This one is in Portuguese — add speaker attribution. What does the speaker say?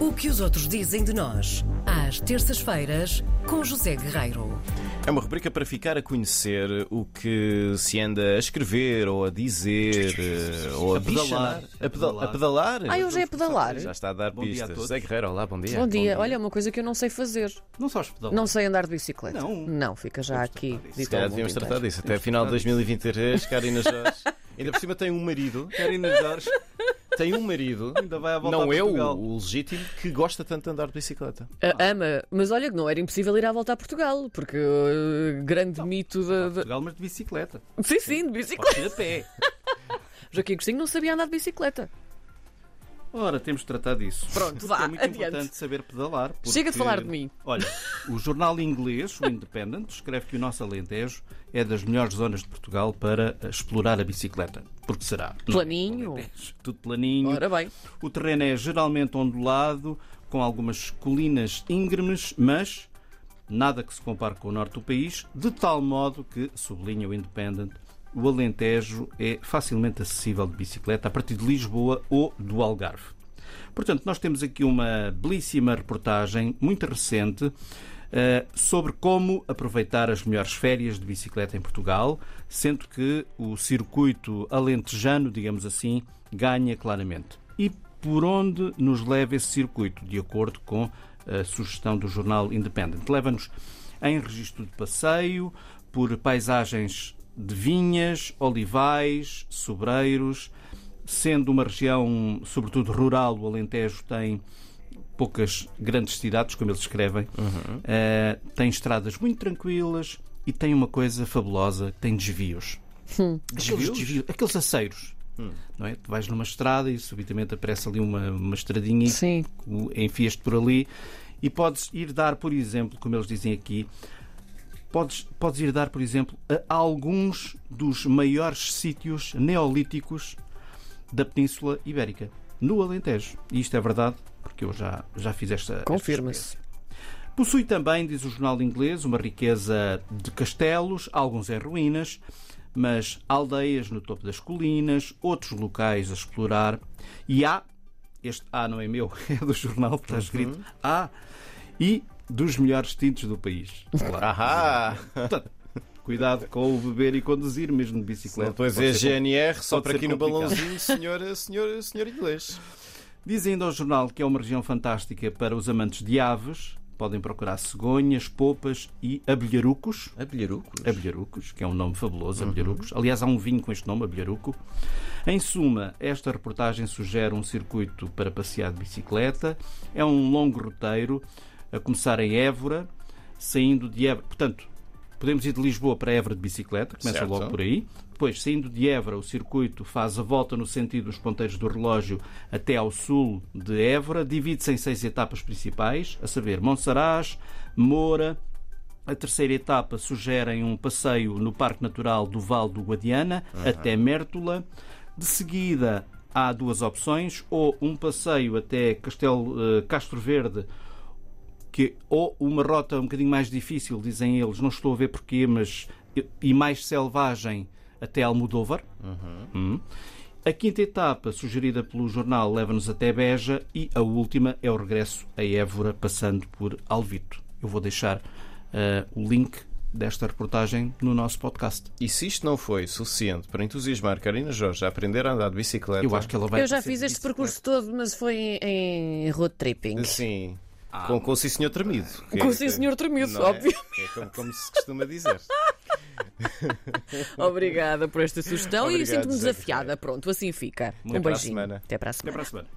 Speaker 1: O que os outros dizem de nós, às terças-feiras, com José Guerreiro.
Speaker 2: É uma rubrica para ficar a conhecer o que se anda a escrever ou a dizer eh, ou a,
Speaker 3: A
Speaker 2: pedalar.
Speaker 3: bichanar.
Speaker 2: A, pedal- a pedalar?
Speaker 4: Ah, hoje é pedalar.
Speaker 2: Já está a dar
Speaker 3: Bom dia a
Speaker 2: pistas.
Speaker 3: todos.
Speaker 2: José Guerreiro, olá, bom dia.
Speaker 4: Bom dia. Olha, uma coisa que eu não sei fazer.
Speaker 3: Não só hospedal.
Speaker 4: Não sei andar de bicicleta.
Speaker 3: Não.
Speaker 4: fica já aqui
Speaker 3: disso.
Speaker 2: Se
Speaker 4: dito
Speaker 2: calhar
Speaker 4: ao mundo
Speaker 2: devíamos tratar
Speaker 4: inteiro.
Speaker 2: disso. Até final de 2023, Karina Jorge. Ainda por cima tem um marido.
Speaker 3: Karina Jorge
Speaker 2: Tem um marido.
Speaker 3: ainda vai à volta
Speaker 2: Não
Speaker 3: a
Speaker 2: eu,
Speaker 3: Portugal.
Speaker 2: o legítimo, que gosta tanto de andar de bicicleta.
Speaker 4: Ah, ama, mas olha que não era impossível ir à volta a Portugal, porque uh, grande mito da. da-
Speaker 3: Portugal, mas de bicicleta.
Speaker 4: Sim, sim, de bicicleta.
Speaker 3: Podes ir a pé.
Speaker 4: Joaquim Agostinho não sabia andar de bicicleta.
Speaker 3: Ora, temos de tratar disso.
Speaker 4: Pronto, vá,
Speaker 3: é muito
Speaker 4: adiante.
Speaker 3: importante saber pedalar. porque-
Speaker 4: Chega de falar de mim.
Speaker 3: Olha, o jornal inglês, o Independent, escreve que o nosso Alentejo é das melhores zonas de Portugal para explorar a bicicleta. Porque será?
Speaker 4: Planinho.
Speaker 3: Tudo planinho.
Speaker 4: Ora bem.
Speaker 3: O terreno é geralmente ondulado, com algumas colinas íngremes, mas nada que se compare com o norte do país, de tal modo que, sublinha o Independent, o Alentejo é facilmente acessível de bicicleta a partir de Lisboa ou do Algarve. Portanto, nós temos aqui uma belíssima reportagem, muito recente, eh, sobre como aproveitar as melhores férias de bicicleta em Portugal, sendo que o circuito alentejano, digamos assim, ganha claramente. E por onde nos leva esse circuito, de acordo com a sugestão do jornal Independent? Leva-nos em registro de passeio, por paisagens de vinhas, olivais, sobreiros, sendo uma região, sobretudo rural, o Alentejo tem poucas grandes cidades, como eles escrevem, Eh, tem estradas muito tranquilas e tem uma coisa fabulosa, tem desvios. Aqueles desvios, aqueles aceiros. Não é? Tu vais numa estrada e subitamente aparece ali uma, uma estradinha e
Speaker 4: Sim.
Speaker 3: o- enfias-te por ali e podes ir dar, por exemplo, como eles dizem aqui, podes, podes ir dar, por exemplo, a alguns dos maiores sítios neolíticos da Península Ibérica, no Alentejo. E isto é verdade, porque eu já, já fiz esta. esta
Speaker 4: Confirma-se.
Speaker 3: Possui também, diz o jornal inglês, uma riqueza de castelos, alguns em ruínas, mas aldeias no topo das colinas, outros locais a explorar. E há, este A não é meu, é do jornal, está escrito A, e dos melhores tintos do país. Claro.
Speaker 2: Ahá!
Speaker 3: Portanto, cuidado com o beber e conduzir, mesmo de bicicleta.
Speaker 2: Depois
Speaker 3: Pode
Speaker 2: é
Speaker 3: ser
Speaker 2: GNR, só
Speaker 3: pode
Speaker 2: para
Speaker 3: ser
Speaker 2: aqui no
Speaker 3: complicado.
Speaker 2: balãozinho, senhor, senhor, senhor inglês.
Speaker 3: Diz ainda ao jornal que é uma região fantástica para os amantes de aves. Podem procurar cegonhas, popas e abelharucos.
Speaker 2: Abelharucos?
Speaker 3: Abelharucos, que é um nome fabuloso, Abelharucos. Aliás, há um vinho com este nome, Abelharuco. Em suma, esta reportagem sugere um circuito para passear de bicicleta. É um longo roteiro, a começar em Évora, saindo de Évora. Portanto, podemos ir de Lisboa para Évora de bicicleta, começa
Speaker 2: Certo.
Speaker 3: logo por aí. Depois, saindo de Évora, o circuito faz a volta no sentido dos ponteiros do relógio até ao sul de Évora, divide-se em seis etapas principais, a saber, Monsaraz, Moura, a terceira etapa sugerem um passeio no Parque Natural do Val do Guadiana até Mértola. De seguida, há duas opções: ou um passeio até Castelo eh, Castro Verde, que, ou uma rota um bocadinho mais difícil, dizem eles, não estou a ver porquê, mas e- e mais selvagem até Almodóvar. Hum. A quinta etapa, sugerida pelo jornal, leva-nos até Beja e a última é o regresso a Évora, passando por Alvito. Eu vou deixar eh, o link desta reportagem no nosso podcast.
Speaker 2: E se isto não foi suficiente para entusiasmar Karina Jorge a aprender a andar de bicicleta.
Speaker 3: Eu acho que ela vai.
Speaker 4: Eu já
Speaker 3: ser
Speaker 4: fiz
Speaker 3: de
Speaker 4: este
Speaker 3: bicicleta.
Speaker 4: percurso todo, mas foi em road tripping.
Speaker 2: Sim. assim, com, com o sim senhor tremido. Que
Speaker 4: Ah. Com
Speaker 2: é-
Speaker 4: o sim senhor tremido,
Speaker 2: não é?
Speaker 4: óbvio.
Speaker 2: É como, como se costuma dizer.
Speaker 4: Obrigada por esta sugestão
Speaker 2: Obrigado,
Speaker 4: e sinto-me
Speaker 2: José
Speaker 4: desafiada. Pronto, assim fica.
Speaker 2: Até
Speaker 4: um
Speaker 2: para a
Speaker 4: beijinho.
Speaker 2: semana.
Speaker 4: Até para a semana.
Speaker 3: Até para a semana.